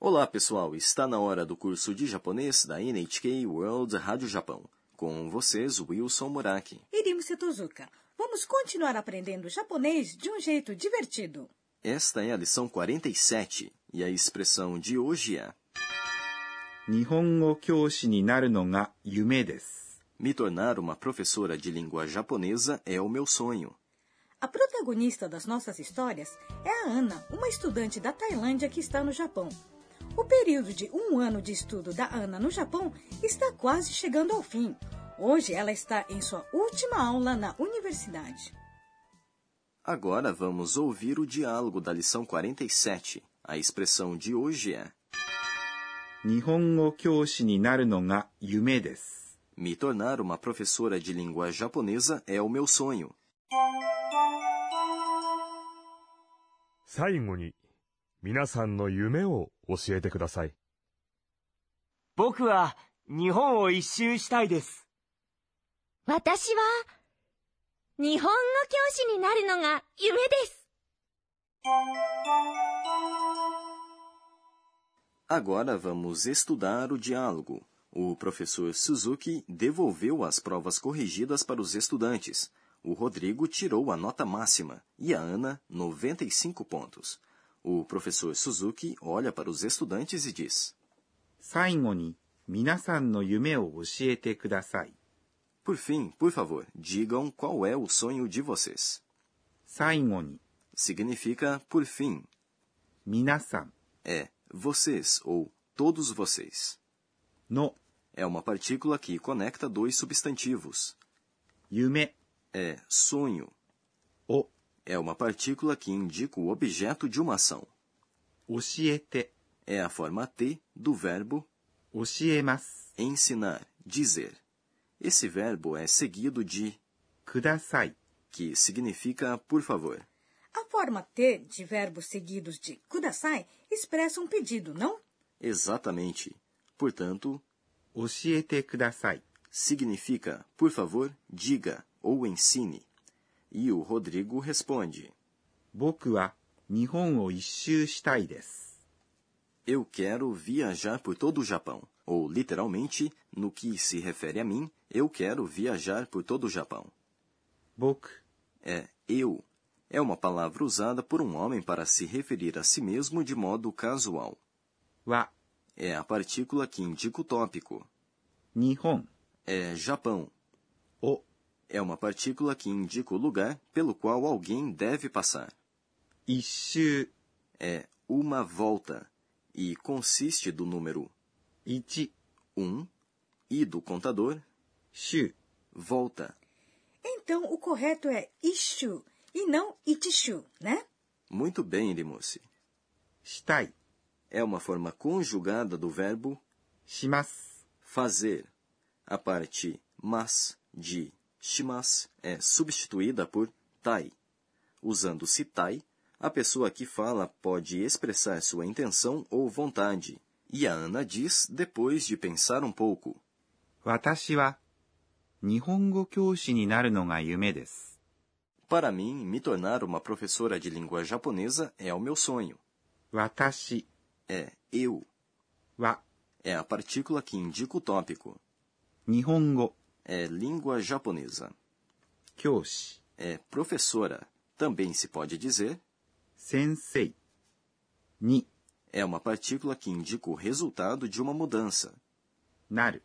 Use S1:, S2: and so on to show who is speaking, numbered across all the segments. S1: Olá, pessoal! Está na hora do curso de japonês da NHK World Rádio Japão. Com vocês, Wilson Muraki.
S2: Irimse Tozuka, vamos continuar aprendendo japonês de um jeito divertido.
S1: Esta é a lição 47 e a expressão de hoje é
S3: 日本語教師になるのが夢です。
S1: Me tornar uma professora de língua japonesa é o meu sonho.
S2: A protagonista das nossas histórias é a Ana, uma estudante da Tailândia que está no Japão. O período de um ano de estudo da Ana no Japão está quase chegando ao fim. Hoje ela está em sua última aula na universidade.
S1: Agora vamos ouvir o diálogo da lição 47. A expressão de hoje é
S3: 日本語教師になるのが夢です。
S1: Me tornar uma professora de língua japonesa é o meu sonho.
S4: 最後に、皆さんの夢を教えてください。
S5: 僕は日本を一周したいです。
S6: 私は、日本語教師になるのが夢です。
S1: Agora vamos estudar o diálogo. O professor Suzuki devolveu as provas corrigidas para os estudantes. O Rodrigo tirou a nota máxima e a Ana 95 pontos. O professor Suzuki olha para os estudantes e diz:
S3: 最後に皆さんの夢を教えてください。
S1: Por fim, por favor, digam qual é o sonho de vocês.
S3: 最後に
S1: Significa por fim,
S3: 皆さん
S1: é vocês ou todos vocês.
S3: の
S1: É uma partícula que conecta dois substantivos.
S3: 夢
S1: É sonho
S3: を
S1: é uma partícula que indica o objeto de uma ação.
S3: 教えて
S1: É a forma T do verbo
S3: 教えます。
S1: ensinar, dizer. Esse verbo é seguido de
S3: ください。
S1: que significa por favor.
S2: A forma T de verbos seguidos de kudasai expressa um pedido, não?
S1: Exatamente. Portanto,
S3: 教えてください。
S1: significa por favor, diga ou ensine. E o Rodrigo responde:
S3: 僕は日本を一周したいです。
S1: Eu quero viajar por todo o Japão. Ou, literalmente, no que se refere a mim, eu quero viajar por todo o Japão.
S3: 僕
S1: é eu. É uma palavra usada por um homem para se referir a si mesmo de modo casual.
S3: は
S1: É a partícula que indica o tópico.
S3: 日本
S1: É Japão.
S3: を
S1: É uma partícula que indica o lugar pelo qual alguém deve passar.
S3: 一周
S1: É uma volta e consiste do número
S3: 一
S1: 1 e do contador
S3: 周
S1: volta.
S2: Então o correto é ishu e não itishu, né?
S1: Muito bem, Irimusse.
S3: したい
S1: É uma forma conjugada do verbo
S3: します。
S1: fazer. A parte mas de shimas é substituída por tai. Usando-se tai, a pessoa que fala pode expressar sua intenção ou vontade. E a Ana diz depois de pensar um pouco.
S3: 私は日本語教師になるのが夢です。
S1: Para mim, me tornar uma professora de língua japonesa é o meu sonho.
S3: 私
S1: É eu.
S3: は
S1: É a partícula que indica o tópico.
S3: 日本語
S1: É língua japonesa.
S3: 教師
S1: É professora. Também se pode dizer
S3: 先生に
S1: é uma partícula que indica o resultado de uma mudança.
S3: なる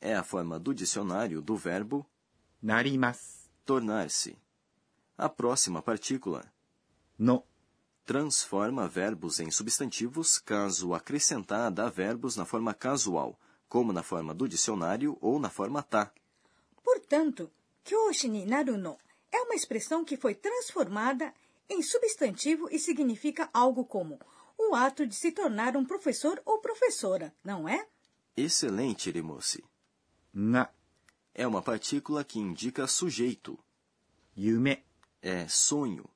S1: É a forma do dicionário do verbo
S3: なります
S1: tornar-se. A próxima partícula
S3: の
S1: transforma verbos em substantivos caso acrescentada a verbos na forma casual, como na forma do dicionário ou na forma tá.
S2: Portanto, kyoshi ni naru no é uma expressão que foi transformada em substantivo e significa algo como o ato de se tornar um professor ou professora, não é?
S1: Excelente, Irimusse.
S3: が
S1: É uma partícula que indica sujeito.
S3: 夢
S1: É sonho.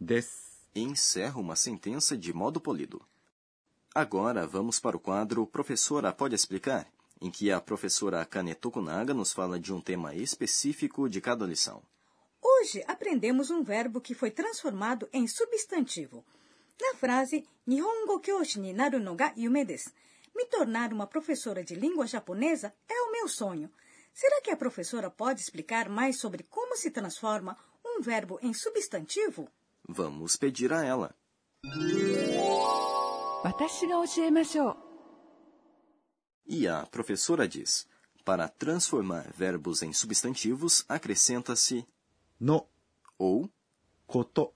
S3: です。
S1: Encerra uma sentença de modo polido. Agora vamos para o quadro Professora Pode Explicar, em que a professora Kane Tokunaga nos fala de um tema específico de cada lição.
S2: Hoje aprendemos um verbo que foi transformado em substantivo. Na frase "日本語教師になるのが夢です." Me tornar uma professora de língua japonesa é o meu sonho. Será que a professora pode explicar mais sobre como se transforma um verbo em substantivo?
S1: Vamos pedir a ela.
S7: 私が教えましょう
S1: E a professora diz: para transformar verbos em substantivos, acrescenta-se
S3: の
S1: ou
S3: こと。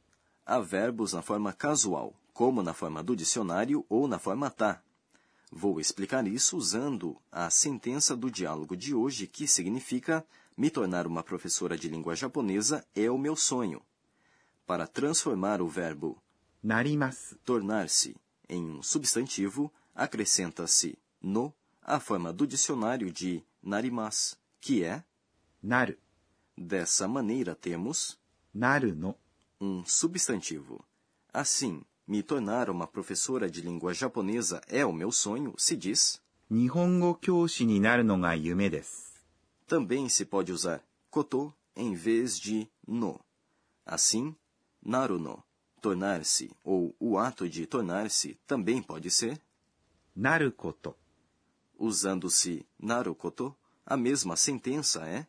S1: a verbos na forma casual, como na forma do dicionário ou na forma tá. Vou explicar isso usando a sentença do diálogo de hoje que significa me tornar uma professora de língua japonesa é o meu sonho. Para transformar o verbo
S3: なります。
S1: tornar-se em um substantivo, acrescenta-se no a forma do dicionário de narimas, que é,
S3: なる。
S1: dessa maneira temos
S3: なるの。
S1: um substantivo. Assim, me tornar uma professora de língua japonesa é o meu sonho, se diz.
S3: 日本語教師になるのが夢です。
S1: Também se pode usar koto em vez de no. Assim, naru no, tornar-se, ou o ato de tornar-se também pode ser
S3: なること。
S1: Usando-se narukoto, a mesma sentença é.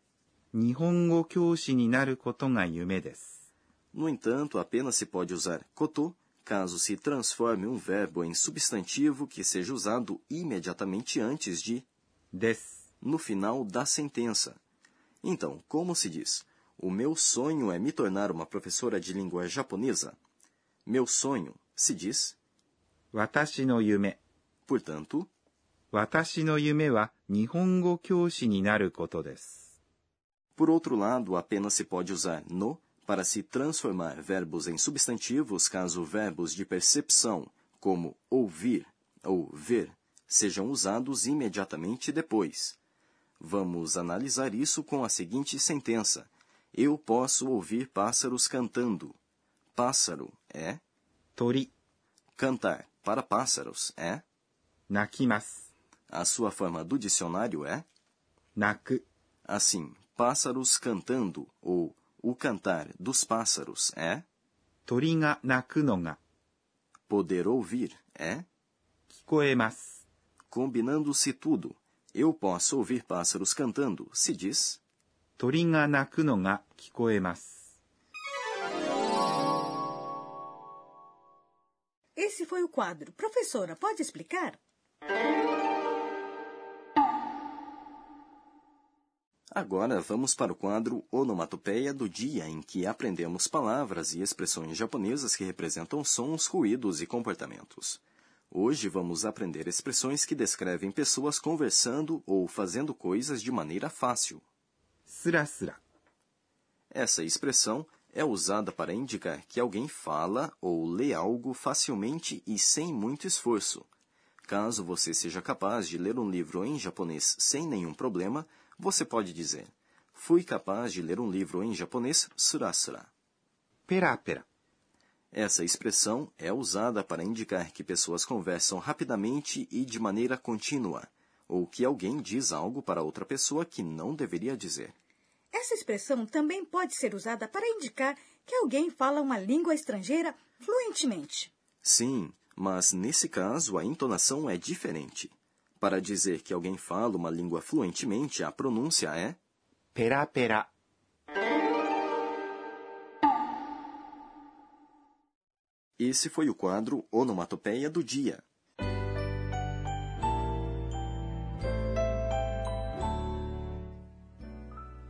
S3: 日本語教師になることが夢です。
S1: No entanto, apenas se pode usar koto caso se transforme um verbo em substantivo que seja usado imediatamente antes de,
S3: です。
S1: no final da sentença. Então, como se diz? O meu sonho é me tornar uma professora de língua japonesa. Meu sonho se diz,
S3: 私の夢。
S1: portanto,
S3: 私の夢は日本語教師になることです。
S1: Por outro lado, apenas se pode usar no para se transformar verbos em substantivos caso verbos de percepção, como ouvir ou ver, sejam usados imediatamente depois. Vamos analisar isso com a seguinte sentença: Eu posso ouvir pássaros cantando. Pássaro é
S3: 鳥、
S1: cantar para pássaros é.
S3: 泣きます。
S1: A sua forma do dicionário é
S3: 泣く、
S1: assim: pássaros cantando ou o cantar dos pássaros é.
S3: 鳥が鳴くのが
S1: Poder ouvir é,
S3: 聞こえます。
S1: combinando-se tudo, eu posso ouvir pássaros cantando, se diz.
S3: 鳥が鳴くのが聞こえます。
S2: Esse foi o quadro. Professora, pode explicar?
S1: Agora vamos para o quadro Onomatopeia do dia em que aprendemos palavras e expressões japonesas que representam sons, ruídos e comportamentos. Hoje vamos aprender expressões que descrevem pessoas conversando ou fazendo coisas de maneira fácil.
S3: スラスラ、
S1: Essa expressão é usada para indicar que alguém fala ou lê algo facilmente e sem muito esforço. Caso você seja capaz de ler um livro em japonês sem nenhum problema, você pode dizer: Fui capaz de ler um livro em japonês surasura.
S3: ペラペラ、
S1: Essa expressão é usada para indicar que pessoas conversam rapidamente e de maneira contínua, ou que alguém diz algo para outra pessoa que não deveria dizer.
S2: Essa expressão também pode ser usada para indicar que alguém fala uma língua estrangeira fluentemente.
S1: Sim, mas nesse caso a entonação é diferente. Para dizer que alguém fala uma língua fluentemente, a pronúncia é.
S3: ペラペラ、
S1: Esse foi o quadro Onomatopeia do Dia.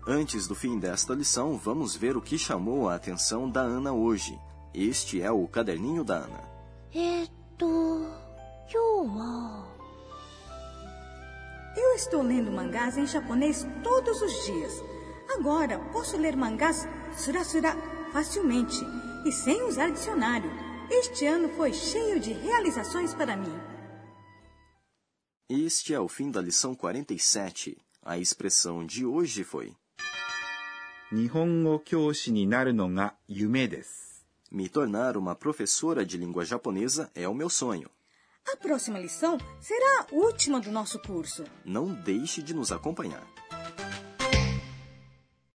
S1: Antes do fim desta lição, vamos ver o que chamou a atenção da Ana hoje. Este é o caderninho da Ana.
S6: えーっと、今日は、
S2: Eu estou lendo mangás em japonês todos os dias. Agora posso ler mangás surasura facilmente e sem usar dicionário. Este ano foi cheio de realizações para mim.
S1: Este é o fim da lição 47. A expressão de hoje foi.
S3: 日本語教師になるのが夢です。
S1: Me tornar uma professora de língua japonesa é o meu sonho.
S2: A próxima lição será a última do nosso curso.
S1: Não deixe de nos acompanhar.